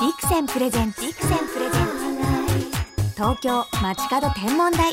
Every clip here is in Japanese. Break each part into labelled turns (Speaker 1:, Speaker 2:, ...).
Speaker 1: ビクセンプレゼンツ東京街角天文台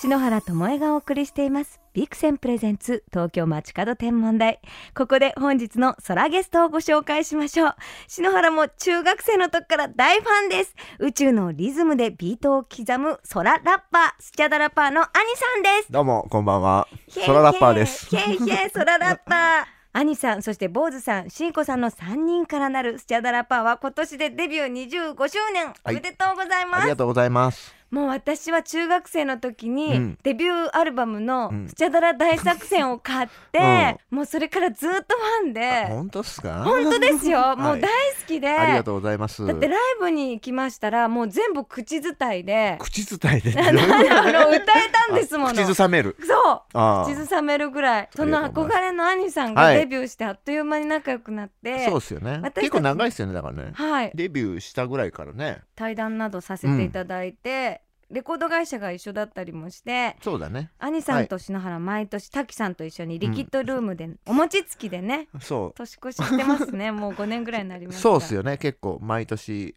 Speaker 1: 篠原智恵がお送りしていますビクセンプレゼンツ東京街角天文台ここで本日の空ゲストをご紹介しましょう篠原も中学生の時から大ファンです宇宙のリズムでビートを刻む空ラッパースチャダラッパーのアニさんです
Speaker 2: どうもこんばんは。ソララッパーです。
Speaker 1: ヒェイヒェイソララッパー。兄さん、そして坊主さん、しんこさんの三人からなるスチャダラッパーは今年でデビュー25周年、お
Speaker 2: はい
Speaker 1: めでとうございま
Speaker 2: あり
Speaker 1: す
Speaker 2: が。とうございます。
Speaker 1: もう私は中学生の時に、
Speaker 2: うん
Speaker 1: デビューアルバムの「
Speaker 2: うん
Speaker 1: スチャダラ大作戦」を買って、もうそれからずっとファンで
Speaker 2: 本当ですか。
Speaker 1: 本当ですよ
Speaker 2: い
Speaker 1: もう大好きで、
Speaker 2: ありが
Speaker 1: だ
Speaker 2: とうございます。
Speaker 1: ってライブに行きましたらもう全部口伝いで
Speaker 2: 口伝え で。
Speaker 1: あの歌えたんですもの。
Speaker 2: 口ずさめる。
Speaker 1: そう
Speaker 2: あ
Speaker 1: 口ずさめるぐらいそ
Speaker 2: ありが
Speaker 1: の
Speaker 2: とうご
Speaker 1: 憧
Speaker 2: ざ
Speaker 1: れの兄さん
Speaker 2: は
Speaker 1: が
Speaker 2: い
Speaker 1: デビューしてあっという間に仲良くなって、
Speaker 2: あ。そうですよね
Speaker 1: 私た。ち
Speaker 2: 結構長いですよねだからね。
Speaker 1: はい、
Speaker 2: デビューしたぐらいからね。
Speaker 1: 対談などさせていただいて、レコード会社が一緒だったりもして
Speaker 2: そうだね。
Speaker 1: 兄さんと篠原毎年滝さんと一緒にリキッドルームで、お餅つきでね
Speaker 2: そ
Speaker 1: 年越ししてます ねもう5年ぐらいになり
Speaker 2: う。
Speaker 1: ました
Speaker 2: そうですよね。結構毎年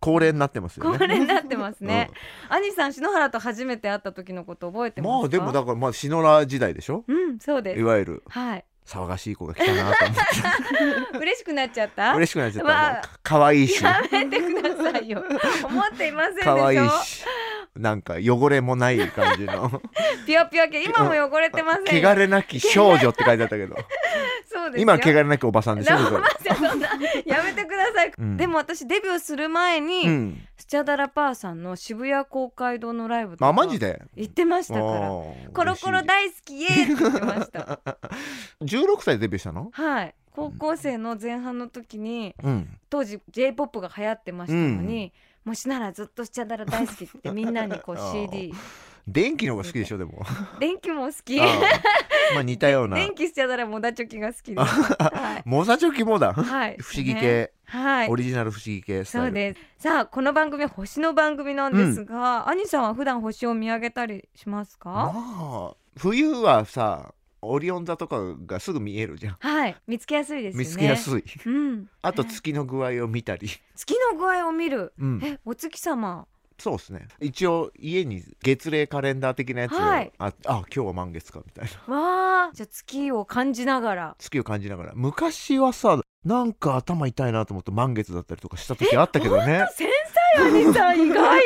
Speaker 2: 恒例になってますよ
Speaker 1: 恒
Speaker 2: ね。
Speaker 1: 例になってますね
Speaker 2: うん、。
Speaker 1: 兄さん篠原と初めて会った時のこと覚えてますか
Speaker 2: まあでもだからまあシノラ時代でしょ。
Speaker 1: うんそうで
Speaker 2: い
Speaker 1: す
Speaker 2: わゆる
Speaker 1: はい
Speaker 2: 騒がしい子が来たなと 思っ
Speaker 1: 嬉しくなっちゃってた
Speaker 2: 嬉しくなっちゃった。
Speaker 1: まあ
Speaker 2: もうか可愛いし。
Speaker 1: やめてくださいよ思っていませんでしょ
Speaker 2: 可愛いし。なんか汚れもない感 じの。
Speaker 1: ピヨピヨ系今も汚れてません
Speaker 2: 汚れなき少女って書いてあったけど
Speaker 1: そうですよ
Speaker 2: 今は汚れなきおばさんでし ょ
Speaker 1: ラ
Speaker 2: そ
Speaker 1: マ
Speaker 2: れ
Speaker 1: ジでそんなやめてください、
Speaker 2: うん
Speaker 1: でも私デビューする前に、
Speaker 2: うん
Speaker 1: スチャダラパーさんの渋谷公会堂のライブと
Speaker 2: ま
Speaker 1: か
Speaker 2: あマジで
Speaker 1: 行ってましたから
Speaker 2: おー
Speaker 1: コロコロ
Speaker 2: 嬉し
Speaker 1: 大好きイエーって言ってました
Speaker 2: い16歳でデビューしたの
Speaker 1: はい高校生の前半の時に
Speaker 2: うん
Speaker 1: 当時 j p o p が流行ってましたのに、もしならずっとスチャダラ大好きってみんなにこう
Speaker 2: あー
Speaker 1: CD
Speaker 2: 電気の方が好きでしょでもあ
Speaker 1: 電気も好き
Speaker 2: ーまあ似たような
Speaker 1: 電気スチャダラモダチョキが好きです、 は
Speaker 2: モザチョキモダン
Speaker 1: いはい、
Speaker 2: 不思議
Speaker 1: ね
Speaker 2: 系
Speaker 1: はい
Speaker 2: オリジナル不思議系ス
Speaker 1: そ
Speaker 2: タ
Speaker 1: う
Speaker 2: イル
Speaker 1: です。さあこの番組は星の番組なんですが、兄さんは普段星を見上げたりします
Speaker 2: ま
Speaker 1: か？
Speaker 2: あ冬はさオリオン座とかがすぐ見えるじゃん
Speaker 1: はい、見つけやすいですよね。
Speaker 2: 見つけやすい
Speaker 1: うん。
Speaker 2: あと月の具合を見たり
Speaker 1: 月の具合を見る。
Speaker 2: うん
Speaker 1: え、お月様。
Speaker 2: そうですね一応家に月齢カレンダー的なやつを
Speaker 1: はい
Speaker 2: ああ今日は満月かみたいな
Speaker 1: わあ、じゃあ月を感じながら。
Speaker 2: 月を感じながら昔はさなんか頭痛いなと思って満月だったりとかした時あったけどね
Speaker 1: 繊細兄さん意外に。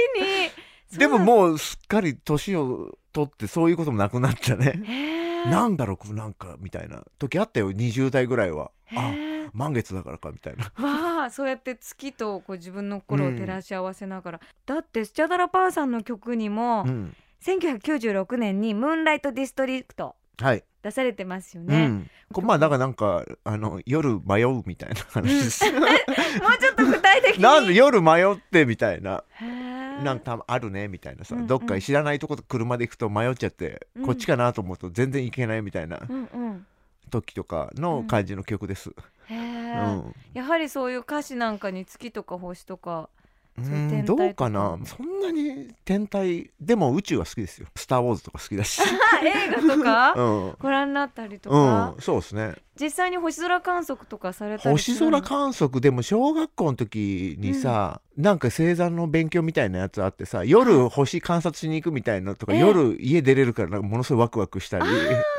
Speaker 2: でも
Speaker 1: う。
Speaker 2: もうすっかり年を取ってそういうこともなくなったね
Speaker 1: へえ。
Speaker 2: なんだろうこれなんかみたいな時あったよ20代ぐらいはあ
Speaker 1: へえ。
Speaker 2: 満月だからかみたいな
Speaker 1: わあ、そうやって月とこう自分の心を照らし合わせながら。だってスチャダラパーさんの曲にも、
Speaker 2: うん
Speaker 1: 1996年にムーンライトディストリクト
Speaker 2: はい、
Speaker 1: 出されてますよ
Speaker 2: う
Speaker 1: ね。
Speaker 2: んこまあだからなんかあの夜迷うみたいな話です、
Speaker 1: もうちょっと具体的に。
Speaker 2: なんで夜迷ってみたいな
Speaker 1: へー
Speaker 2: なんかあるねみたいなさ、
Speaker 1: うんうん
Speaker 2: どっか知らないとこと車で行くと迷っちゃって、
Speaker 1: うん
Speaker 2: こっちかなと思うと全然行けないみたいな
Speaker 1: うんうん。
Speaker 2: 時とかの感じの曲です。
Speaker 1: へ
Speaker 2: う
Speaker 1: え、
Speaker 2: ん
Speaker 1: やはりそういう歌詞なんかに月とか星と か。
Speaker 2: う
Speaker 1: そういう天体
Speaker 2: ん、
Speaker 1: と
Speaker 2: ど
Speaker 1: か
Speaker 2: うかなそんなに天体でも宇宙は好きですよ「スター・ウォーズ」とか好 きだし、
Speaker 1: あ、映画と
Speaker 2: う
Speaker 1: か。
Speaker 2: ん
Speaker 1: ご覧になったりとか、
Speaker 2: うん、そうですね
Speaker 1: 実際に星空観測とかされたり
Speaker 2: 星空観測でも小学校の時にさ、なんか星座の勉強みたいなやつあってさ夜星観察しに行くみたいなとか、
Speaker 1: ええ
Speaker 2: 夜家出れるからなんかものすごいワクワクしたり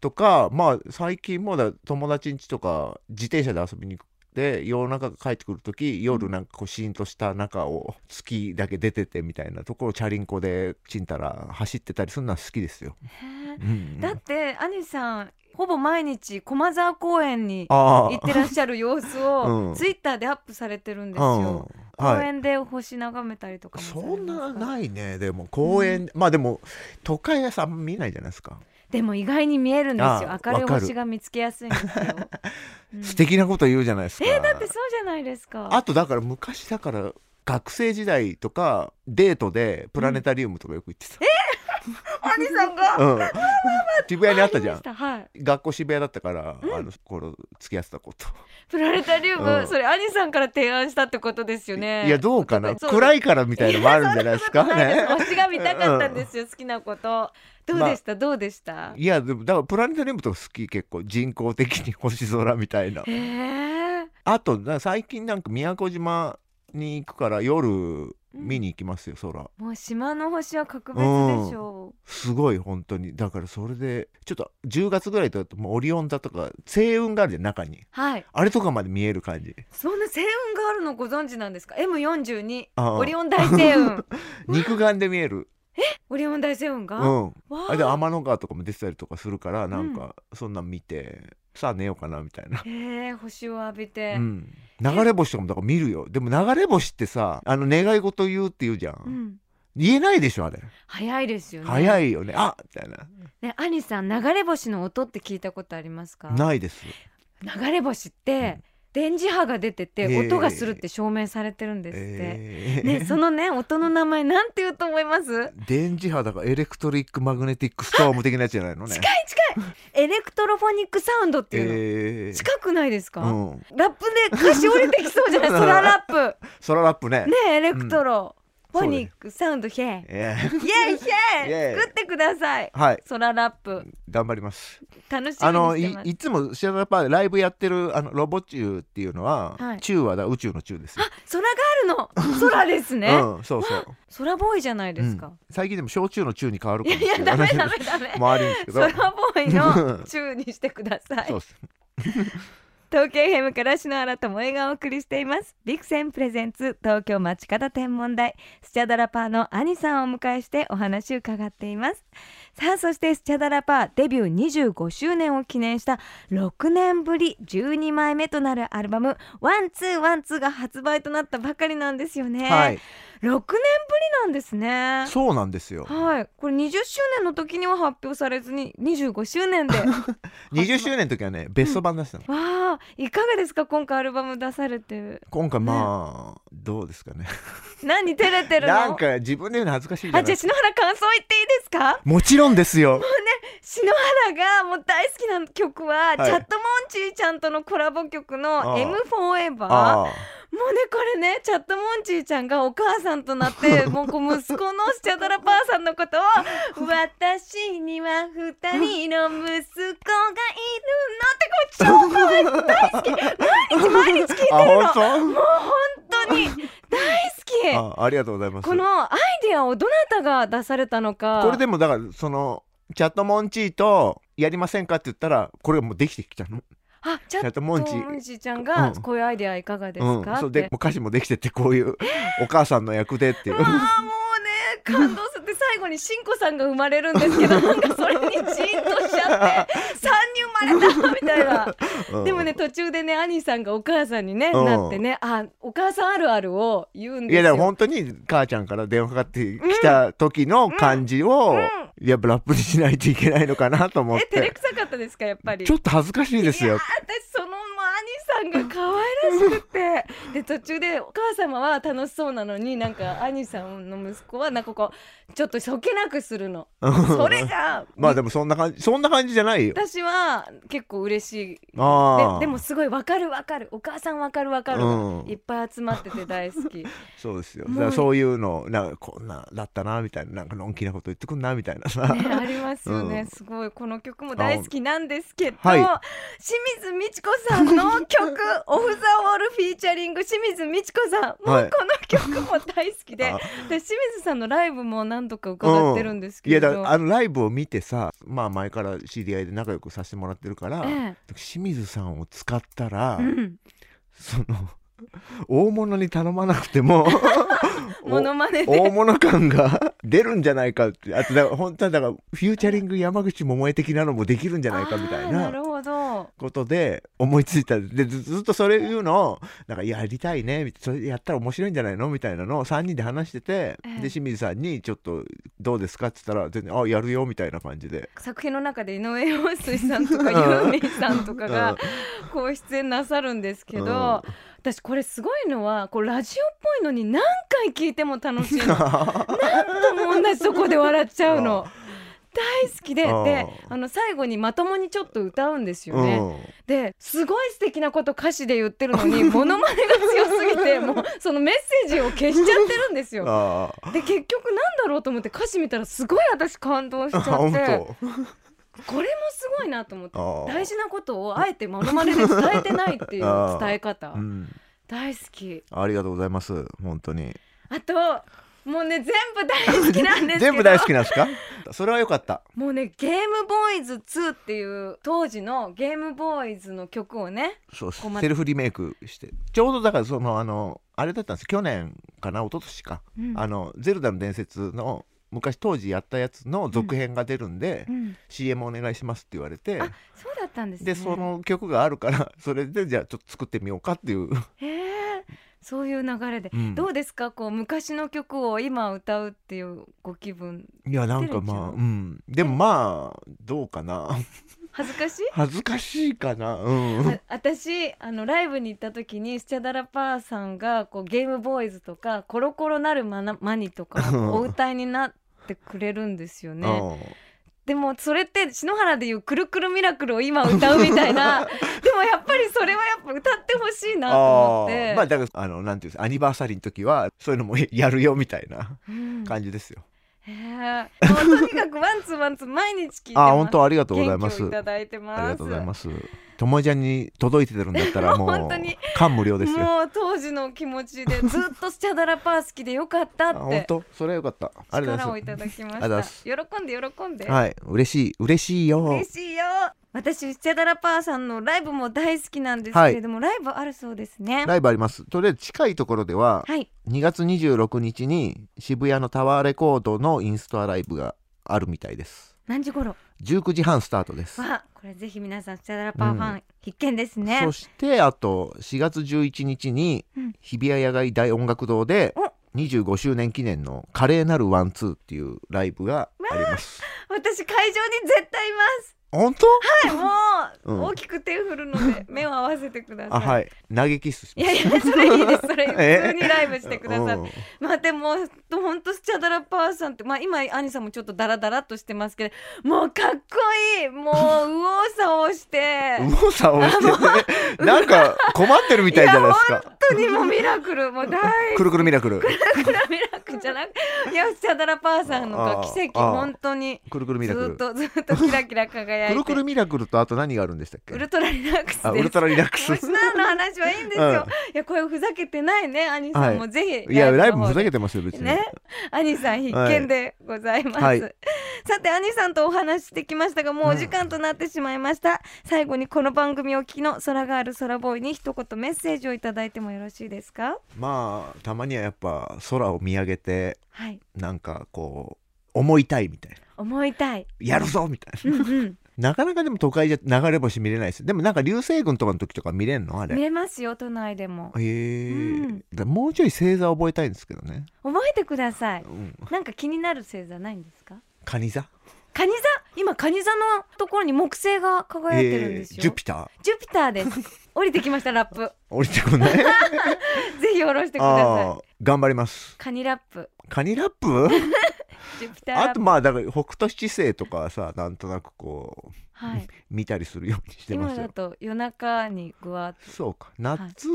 Speaker 2: とかまあ最近もだ友達ん家とか自転車で遊びに行って夜中帰ってくる時夜なんかこうシーンとした中を月だけ出ててみたいなところをチャリンコでちんたら走ってたりするのは好きですよ。
Speaker 1: へ
Speaker 2: うんうん
Speaker 1: ーだって、兄さん、ほぼ毎日駒沢公園に。
Speaker 2: あ
Speaker 1: 行ってらっしゃる様子を、
Speaker 2: うん
Speaker 1: ツイッターでアップされてるんです
Speaker 2: あ、うん
Speaker 1: よ。公
Speaker 2: はい。
Speaker 1: 園で星眺めたりとかもされ
Speaker 2: そんな
Speaker 1: ますか
Speaker 2: ないねでも公園、まあでも都会はさあんま見ないじゃないですか、
Speaker 1: でも意外に見えるんですよ
Speaker 2: ああ
Speaker 1: 明るい
Speaker 2: わかる
Speaker 1: 星が見つけやすいんですよ、 うん
Speaker 2: 素敵なこと言うじゃないですか、
Speaker 1: えーだってそうじゃないですか
Speaker 2: あとだから昔だから学生時代とかデートでプラネタリウムとかよく行ってた、
Speaker 1: 兄さんが
Speaker 2: うん、渋谷にあったじゃん
Speaker 1: はい、
Speaker 2: 学校渋谷だったから、あの頃付き合ってたこと、
Speaker 1: プラネタリウム、
Speaker 2: うん
Speaker 1: それ兄さんから提案したってことですよね
Speaker 2: いやどうかな
Speaker 1: そう
Speaker 2: 暗いからみたいなのもあるんじゃないですか
Speaker 1: そうなんで
Speaker 2: ね
Speaker 1: す星が見たかったんですよ、好きなことどうでした、どうでした
Speaker 2: いやでもだからプラネタリウムとか好き結構人工的に星空みたいな
Speaker 1: へえ
Speaker 2: あとな最近なんか宮古島に行くから夜見に行きますよ、空
Speaker 1: もう島の星は格別でしょ
Speaker 2: すごい本当にだからそれでちょっと10月ぐらいだともうオリオン座とか星雲があるじゃん中に
Speaker 1: うはい
Speaker 2: あれとかまで見える感じ
Speaker 1: そんな星雲があるのご存知なんですか M42
Speaker 2: ああ
Speaker 1: オリオン大星 雲
Speaker 2: 肉眼で見える
Speaker 1: オリオン大星雲が、
Speaker 2: うん
Speaker 1: わ
Speaker 2: あれで
Speaker 1: あ
Speaker 2: 天の川とかも出てたりとかするからなんかそんなん見て、さあ寝ようかなみたいな、
Speaker 1: へえ星を浴びて、
Speaker 2: うん、流れ星とかもだから見るよでも流れ星ってさあの願い事言うって言うじゃん、
Speaker 1: うん
Speaker 2: 言えないでしょあれ
Speaker 1: 早いですよね
Speaker 2: 早いよねあみたいな
Speaker 1: ね兄さん流れ星の音って聞いたことありますか
Speaker 2: ないです
Speaker 1: 流れ星って、
Speaker 2: うん
Speaker 1: 電磁波が出てて、
Speaker 2: ええ
Speaker 1: 音がするって証明されてるんですって、
Speaker 2: えー
Speaker 1: ねそのね音の名前なんて言うと思います
Speaker 2: 電磁波だからエレクトリックマグネティックストーム的なやつじゃないのね
Speaker 1: 近い近いエレクトロフォニックサウンドっていうの、
Speaker 2: えー
Speaker 1: 近くないですか、
Speaker 2: うん、
Speaker 1: ラップで歌詞降りてきそうじゃないソララ ッ
Speaker 2: ソララップね
Speaker 1: プねエレクトロ、フォニックサウンドヒェイ
Speaker 2: えー
Speaker 1: イエイ ヒ
Speaker 2: イ
Speaker 1: ェ
Speaker 2: エ
Speaker 1: イ
Speaker 2: イ
Speaker 1: 作ってください
Speaker 2: はい
Speaker 1: ソララップ
Speaker 2: 頑張ります
Speaker 1: 楽しみ
Speaker 2: あの
Speaker 1: に
Speaker 2: い
Speaker 1: してます
Speaker 2: いつもシアラパーでライブやってるあのロボチューっていうのは、
Speaker 1: はい
Speaker 2: チューはだ宇宙のチューですよ、
Speaker 1: 空があるの空ですね、
Speaker 2: うんそうそう、
Speaker 1: 空ボーイじゃないです
Speaker 2: う
Speaker 1: か
Speaker 2: ん、最近でも焼酎のチューに変わる
Speaker 1: い
Speaker 2: かも
Speaker 1: やい
Speaker 2: ってい
Speaker 1: やダ
Speaker 2: う
Speaker 1: メ
Speaker 2: 話
Speaker 1: ダメダメ
Speaker 2: もあるんですけど
Speaker 1: 空ボーイの宙にしてください
Speaker 2: そうです
Speaker 1: 東京ヘムから篠原智恵がお送りしていますビクセンプレゼンツ東京町方天文台スチャダラパーの兄さんをお迎えしてお話を伺っていますさあそしてスチャダラパーデビュー25周年を記念した6年ぶり12枚目となるアルバムワンツーワンツーが発売となったばかりなんですよね、
Speaker 2: は
Speaker 1: 六6
Speaker 2: い
Speaker 1: 年ぶりなんですね
Speaker 2: そうなんですよ
Speaker 1: はい、これ20周年の時には発表されずに25周年でわ
Speaker 2: 20周年の時はねベスト版出したの、
Speaker 1: あいかがですか今回アルバム出されて
Speaker 2: 今回まあ、どうですかね
Speaker 1: 何照れてるの
Speaker 2: なんか自分で言うの恥ずかしいじゃ
Speaker 1: あ
Speaker 2: な
Speaker 1: じゃ
Speaker 2: い
Speaker 1: あ篠原感想言っていいですか
Speaker 2: もちろんですよ
Speaker 1: 篠原がもう大好きな曲は、チ
Speaker 2: はい
Speaker 1: ャットモンチーちゃんとのコラボ曲の
Speaker 2: ああ
Speaker 1: M Forever も
Speaker 2: あ
Speaker 1: う
Speaker 2: あ
Speaker 1: ねこれねチャットモンチーちゃんがお母さんとなって もうこう息子のスチャドラパーさんのことを「私には二人の息子がいるの」ってこう超可愛い毎日聞いてるの
Speaker 2: あ本
Speaker 1: もう本当に大
Speaker 2: 当
Speaker 1: 好
Speaker 2: あありがとうございま
Speaker 1: き
Speaker 2: す
Speaker 1: このアイデアをどなたが出されたのか
Speaker 2: これでもだからそのチャットモンチーとやりませんかって言ったらこれがもうできてきたの
Speaker 1: あチャ
Speaker 2: チャ
Speaker 1: ッ
Speaker 2: ッ
Speaker 1: ト
Speaker 2: ト
Speaker 1: モ
Speaker 2: モ
Speaker 1: ン
Speaker 2: ン
Speaker 1: チ
Speaker 2: チー
Speaker 1: ーちゃんが
Speaker 2: うん
Speaker 1: こういうアイデアいかがです
Speaker 2: うん
Speaker 1: か、
Speaker 2: そう
Speaker 1: っ
Speaker 2: でも
Speaker 1: て
Speaker 2: う歌詞もできててこういうお母さんの役でっていう
Speaker 1: うわ あもうね感動するって最後にしんこさんが生まれるんですけ どなんかそれにじーんとしちゃって3人生まれたみたいな
Speaker 2: うん
Speaker 1: でもね途中でね兄さんがお母さんにね
Speaker 2: うん
Speaker 1: なってねあお母さんあるあるを言うん
Speaker 2: い
Speaker 1: ですよ
Speaker 2: やでも本当に母ちゃんから電話かかってきた時の感じを、
Speaker 1: うん
Speaker 2: いやラップにしないといけないのかなと思っ
Speaker 1: え照れ
Speaker 2: て
Speaker 1: くさかったですかやっぱり
Speaker 2: ちょっと恥ずかしいです
Speaker 1: いや
Speaker 2: よ
Speaker 1: ー私そのもう兄さんが可愛らしくてで途中でお母様は楽しそうなのになんか兄さんの息子はなんかこうちょっとそけなくするのそれが
Speaker 2: まあでもそんな感じそんな感じじゃないよ
Speaker 1: 私は結構嬉しいで
Speaker 2: ああ
Speaker 1: でもすごいわかるわかるお母さんわかるわかる、
Speaker 2: うん
Speaker 1: いっぱい集まってて大好 き
Speaker 2: そうですよ
Speaker 1: もう
Speaker 2: だからそういうのなんかこんなだったなみたいななんかのんきなこと言ってくんなみたいなさ、
Speaker 1: ねありますよね、
Speaker 2: うん
Speaker 1: すごいこの曲も大好きなんですけど、
Speaker 2: はい
Speaker 1: 清水ミチコさんの 曲「オフ・ザ・ウォール」フィーチャリング清水ミチコさんも
Speaker 2: は
Speaker 1: う
Speaker 2: い
Speaker 1: この曲も大好きで,、
Speaker 2: あ
Speaker 1: で清水さんのライブも何度か伺ってるんですけ
Speaker 2: いや
Speaker 1: れど、
Speaker 2: だからあのライブを見てさまあ前から知り合いで仲良くさせてもらってるから、
Speaker 1: え
Speaker 2: 清水さんを使ったら、
Speaker 1: えうん、
Speaker 2: その大物に頼まなく てもお
Speaker 1: モノマネで
Speaker 2: 大物感が 出るんじゃないかってあとだから本当はだからフューチャリング山口百恵的なのもできるんじゃないかみたい
Speaker 1: あーな
Speaker 2: な
Speaker 1: るほど
Speaker 2: ことで思いついたでずずっとそれいうのをなんかやりたいねみたいなそれやったら面白いんじゃないのみたいなのを3人で話してて、
Speaker 1: ええ
Speaker 2: で清水さんに「ちょっとどうですか?」って言ったら全然「あやるよ」みたいな感じで。
Speaker 1: 作品の中で井上陽水さんと かユーミンさんとか
Speaker 2: う
Speaker 1: が
Speaker 2: ん
Speaker 1: こう出演なさるんですけど、
Speaker 2: うん
Speaker 1: 私これすごいのはこうラジオっぽいのに何回聞いても楽しいのもう同じとこで笑っちゃうの。大好きで
Speaker 2: うん
Speaker 1: であの最後にまともにちょっと歌うんですよね、
Speaker 2: うん
Speaker 1: ですごい素敵なこと歌詞で言ってるのにモノマネが強すぎてもうそのメッセージを消しちゃってるんですよ
Speaker 2: あー
Speaker 1: で結局なんだろうと思って歌詞見たらすごい私感動しちゃ
Speaker 2: あ
Speaker 1: っ
Speaker 2: 本
Speaker 1: て
Speaker 2: 当
Speaker 1: これもすごいなと思って
Speaker 2: あー
Speaker 1: 大事なことをあえてモノマネで伝えてない っていう伝え方
Speaker 2: うん、
Speaker 1: 大好き
Speaker 2: ありがとうございます本当に
Speaker 1: あともうね全部大好きなんですけど
Speaker 2: 全部大好きなんですかそれは良かった
Speaker 1: もうねゲームボーイズ2っていう当時のゲームボーイズの曲をね
Speaker 2: そうです
Speaker 1: ここまで
Speaker 2: セルフリメイクしてちょうどだからそのあのあれだったんです去年かな一昨年か、
Speaker 1: うん
Speaker 2: あの「ゼルダの伝説」の昔当時やったやつの続編が出るんで、
Speaker 1: うん
Speaker 2: CM お願いしますって言われて
Speaker 1: あそうだったんですね
Speaker 2: でその曲があるから それでじゃあちょっと作ってみようかっていう、
Speaker 1: へえそういう流れで、
Speaker 2: うん
Speaker 1: どうですかこう昔の曲を今歌うっていうご気分
Speaker 2: いやなんかまあうんでもまあどうかな
Speaker 1: 恥ずかしい
Speaker 2: 恥ずかしいかなうん
Speaker 1: あ私あのライブに行った時にスチャダラパーさんがこうゲームボーイズとか「コロコロなるマナマニ」とか
Speaker 2: うん
Speaker 1: お歌いになってくれるんですよね。
Speaker 2: うん
Speaker 1: でもそれって篠原でいう「くるくるミラクル」を今歌うみたい なでもやっぱりそれはやっぱ歌ってほしいなと思って
Speaker 2: あー、まあだからあのなんていうんですかアニバーサリーの時はそういうのもやるよみたいな
Speaker 1: うん
Speaker 2: 感じですよ。
Speaker 1: へえもうとにかくワンツーワンツー毎日聞いてます。
Speaker 2: あー本当ありがとうございます。
Speaker 1: 元気をいた
Speaker 2: あ
Speaker 1: だいてます。
Speaker 2: りがとうございます。ともえちゃんに届いてるんだったら も
Speaker 1: 本
Speaker 2: う
Speaker 1: 当に
Speaker 2: 感無量ですよ。
Speaker 1: もう当時の気持ちでずっとスチャダラパー好きでよかった
Speaker 2: あ
Speaker 1: っ
Speaker 2: 本
Speaker 1: て
Speaker 2: 当それはよかった。ありがとう
Speaker 1: 力をい
Speaker 2: ございま
Speaker 1: ただきま
Speaker 2: ありがとうございま
Speaker 1: し
Speaker 2: す
Speaker 1: た。喜んで喜んで。
Speaker 2: す。はい嬉しい嬉しいよ。
Speaker 1: 嬉しいよ。私スチャダラパーさんのライブも大好きなんですけれども、ライブあるそうですね。
Speaker 2: ライブあります。とりあえず近いところでは
Speaker 1: はい。
Speaker 2: 2月26日に渋谷のタワーレコードのインストアライブがあるみたいです。
Speaker 1: 何時頃？
Speaker 2: 19時半スタートです。
Speaker 1: わあ、これぜひ皆さんスチャダラパーファン必見ですね
Speaker 2: そ。してあと4月11日に
Speaker 1: うん
Speaker 2: 日比谷野外大音楽堂で25周年記念の「華麗なるワンツー」っていうライブがあります。
Speaker 1: 私会場に絶対います。
Speaker 2: 本当
Speaker 1: はい、もう、
Speaker 2: うん
Speaker 1: 大きく手振るので目を合わせてください。
Speaker 2: あはい嘆きすし
Speaker 1: いやいやそれいいです それ普通にライブしてください、
Speaker 2: うん
Speaker 1: まあでも本当スチャダラパーさんってまあ今兄さんもちょっとダラダラっとしてますけどもうかっこいいもう右往左往して
Speaker 2: 右往左往してねなんか困ってるみたいじゃないです
Speaker 1: や
Speaker 2: か
Speaker 1: 本。当にもうミラクルもう大
Speaker 2: くるくるミラクル
Speaker 1: クラミラクルじゃなくいやスチャダラパーさんのが奇跡
Speaker 2: ああ
Speaker 1: 本当に
Speaker 2: くるくるミ
Speaker 1: ず
Speaker 2: ラク
Speaker 1: っ
Speaker 2: ル
Speaker 1: とずっとキラキラ輝い
Speaker 2: く
Speaker 1: て
Speaker 2: るくるミラクルとあと何があるんでしたっけ
Speaker 1: ウルトラリラックスです
Speaker 2: あウルトラリラックス
Speaker 1: もう篠原の話はいいんですよ、いやこれふざけてないね兄さんもぜひ、
Speaker 2: いやライブもふざ
Speaker 1: け
Speaker 2: けてますよ別に、
Speaker 1: ね、兄さん必見でございます、
Speaker 2: はい
Speaker 1: さて兄さんとお話ししてきましたがもうお時間となってしまいました、最後にこの番組をお聞きの空がある空ボーイに一言メッセージをいただいてもよろしいですか
Speaker 2: まあたまにはやっぱ空を見上げて
Speaker 1: はい
Speaker 2: なんかこう思いたいみたいな
Speaker 1: 思いたい、
Speaker 2: やるぞみた
Speaker 1: う
Speaker 2: い
Speaker 1: ん
Speaker 2: な、
Speaker 1: うん、
Speaker 2: なかなかでも都会じゃ流れ星見れないですでもなんか流星群とかの時とか見れんのあれ
Speaker 1: 見
Speaker 2: へ
Speaker 1: えますよ都内でも
Speaker 2: え、
Speaker 1: うん
Speaker 2: だもうちょい星座覚えたいんですけどね、
Speaker 1: 覚えてください
Speaker 2: うん、
Speaker 1: なんか気になる星座ないんですか
Speaker 2: カニ座
Speaker 1: カニ座今カニ座のところに木星が輝いてるんですよ、
Speaker 2: ジュピター
Speaker 1: ジュピターです 降りてきましたラップぜ
Speaker 2: 降りてこない
Speaker 1: ひ下ろしてくだ
Speaker 2: あ
Speaker 1: さ
Speaker 2: ー頑張ります
Speaker 1: いカニラップ
Speaker 2: カニラップ
Speaker 1: ジュピターラップ
Speaker 2: あとまあだから北斗七星とかはさなんとなくこう
Speaker 1: はい、
Speaker 2: 見たりするようにしてま
Speaker 1: 今
Speaker 2: す
Speaker 1: だ
Speaker 2: よ
Speaker 1: と夜中にぐわっ
Speaker 2: そうか夏っ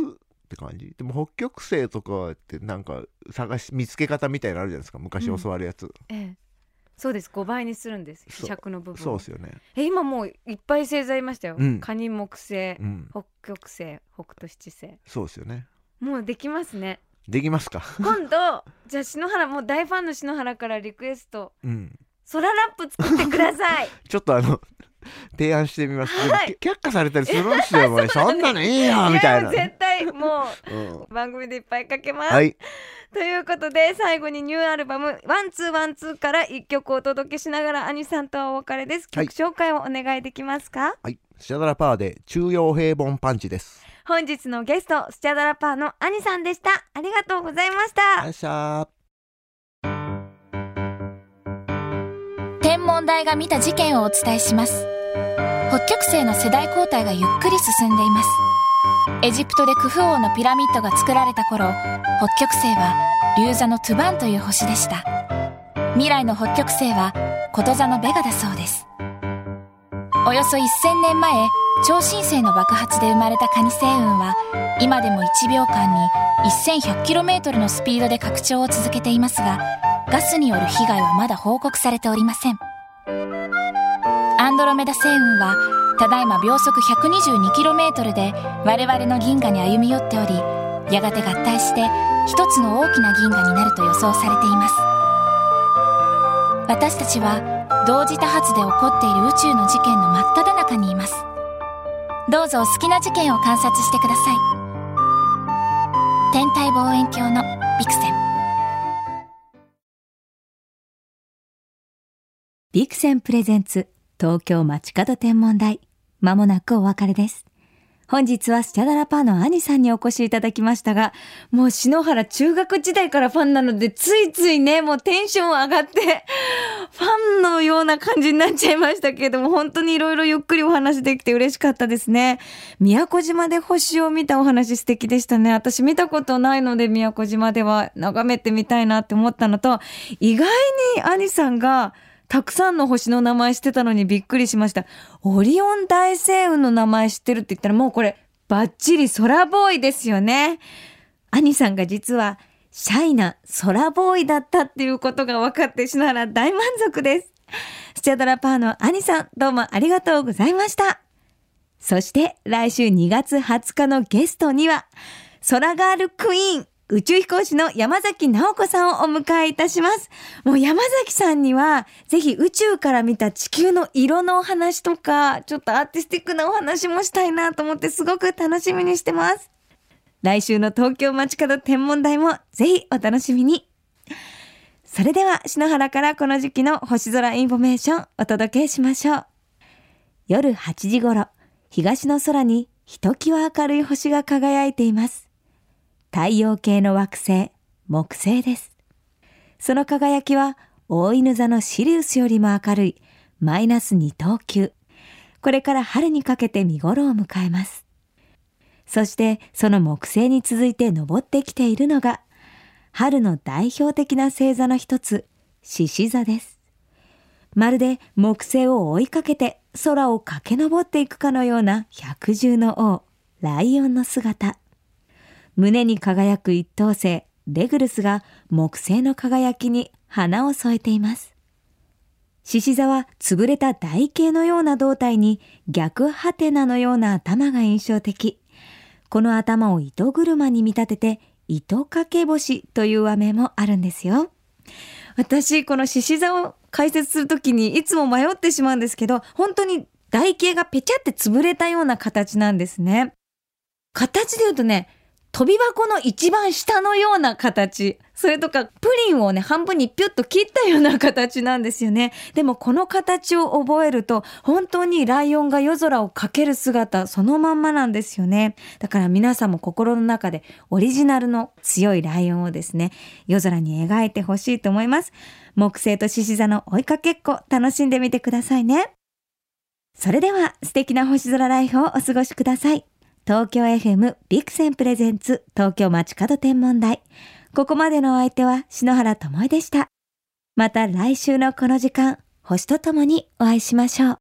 Speaker 2: て感じ、でも北極星とかってなんか探し見つけ方みたいなのあるじゃないですか昔教わるやつ、
Speaker 1: ええ、そうです5倍にするんです
Speaker 2: そう
Speaker 1: 尺の部分
Speaker 2: そうですよね
Speaker 1: え今もういっぱい星座いましたよ、
Speaker 2: うん
Speaker 1: カニ木星
Speaker 2: うん
Speaker 1: 北極星北斗七星
Speaker 2: そうですよね
Speaker 1: もうできますね
Speaker 2: できますか
Speaker 1: 今度じゃあ篠原もう大ファンの篠原からリクエスト
Speaker 2: うん、
Speaker 1: ソララップ作ってください
Speaker 2: ちょっとあの提案してみます、
Speaker 1: はい
Speaker 2: 却下されたりするんですよこ れそんなの いいよみたいな
Speaker 1: や絶対も
Speaker 2: うん
Speaker 1: う番組でいっぱいかけます、
Speaker 2: はい
Speaker 1: ということで最後にニューアルバム「ワンツーワンツーから一曲お届けしながら兄さんとはお別れです
Speaker 2: はい
Speaker 1: 曲紹介をお願いできますか、
Speaker 2: はいシャダラパーで中央平凡パンチです
Speaker 1: 本日のゲストスチャダラパーの兄さんでしたありがとうございました、
Speaker 2: よっしゃー
Speaker 3: 天文台が見た事件をお伝えします北極星の世代交代がゆっくり進んでいますエジプトでクフ王のピラミッドが作られた頃北極星は竜座のトゥバンという星でした未来の北極星はこと座のベガだそうですおよそ1000年前超新星の爆発で生まれたカニ星雲は今でも1秒間に 1100km のスピードで拡張を続けていますがガスによる被害はまだ報告されておりません安ンドロメダ星雲はただいま秒速 122km で我々の銀河に歩み寄っておりやがて合体して一つの大きな銀河になると予想されています私たちは同時多発で起こっている宇宙の事件の真っ只中にいますどうぞお好きな事件を観察してください天体望遠鏡のビクセン
Speaker 4: ビクセンプレゼンツ東京街角天文台。まもなくお別れです。本日はスチャダラパーの兄さんにお越しいただきましたが、もう篠原中学時代からファンなので、ついついね、もうテンション上がって、ファンのような感じになっちゃいましたけれども、本当にいろいろゆっくりお話できて嬉しかったですね。宮古島で星を見たお話素敵でしたね。私見たことないので、宮古島では眺めてみたいなって思ったのと、意外に兄さんが、たくさんの星の名前知ってたのにびっくりしました。オリオン大星雲の名前知ってるって言ったらもうこれバッチリ空ボーイですよね。兄さんが実はシャイな空ボーイだったっていうことが分かって篠原大満足です。スチャドラパーの兄さんどうもありがとうございました。そして来週2月20日のゲストには、空ガールクイーン、宇宙飛行士の山崎直子さんをお迎えいたします。もう山崎さんには、ぜひ宇宙から見た地球の色のお話とか、ちょっとアーティスティックなお話もしたいなと思ってすごく楽しみにしてます。来週の東京街角天文台もぜひお楽しみに。それでは篠原からこの時期の星空インフォメーションお届けしましょう。夜8時頃、東の空にひときわ明るい星が輝いています。太陽系の惑星、木星です。その輝きは、大犬座のシリウスよりも明るい、マイナス2等級。これから春にかけて見頃を迎えます。そして、その木星に続いて登ってきているのが、春の代表的な星座の一つ、獅子座です。まるで木星を追いかけて空を駆け上っていくかのような百獣の王、ライオンの姿。胸に輝く一等星、レグルスが木星の輝きに花を添えています。獅子座は潰れた台形のような胴体に逆ハテナのような頭が印象的。この頭を糸車に見立てて糸掛け星という和名もあるんですよ。私この獅子座を解説するときにいつも迷ってしまうんですけど本当に台形がぺちゃって潰れたような形なんですね形で言うとね飛び箱の一番下のような形それとかプリンをね半分にピュッと切ったような形なんですよねでもこの形を覚えると本当にライオンが夜空をかける姿そのまんまなんですよねだから皆さんも心の中でオリジナルの強いライオンをですね夜空に描いてほしいと思います木星と獅子座の追いかけっこ楽しんでみてくださいねそれでは素敵な星空ライフをお過ごしください東京 FM ビクセンプレゼンツ東京街角天文台ここまでのお相手は篠原智恵でしたまた来週のこの時間星とともにお会いしましょう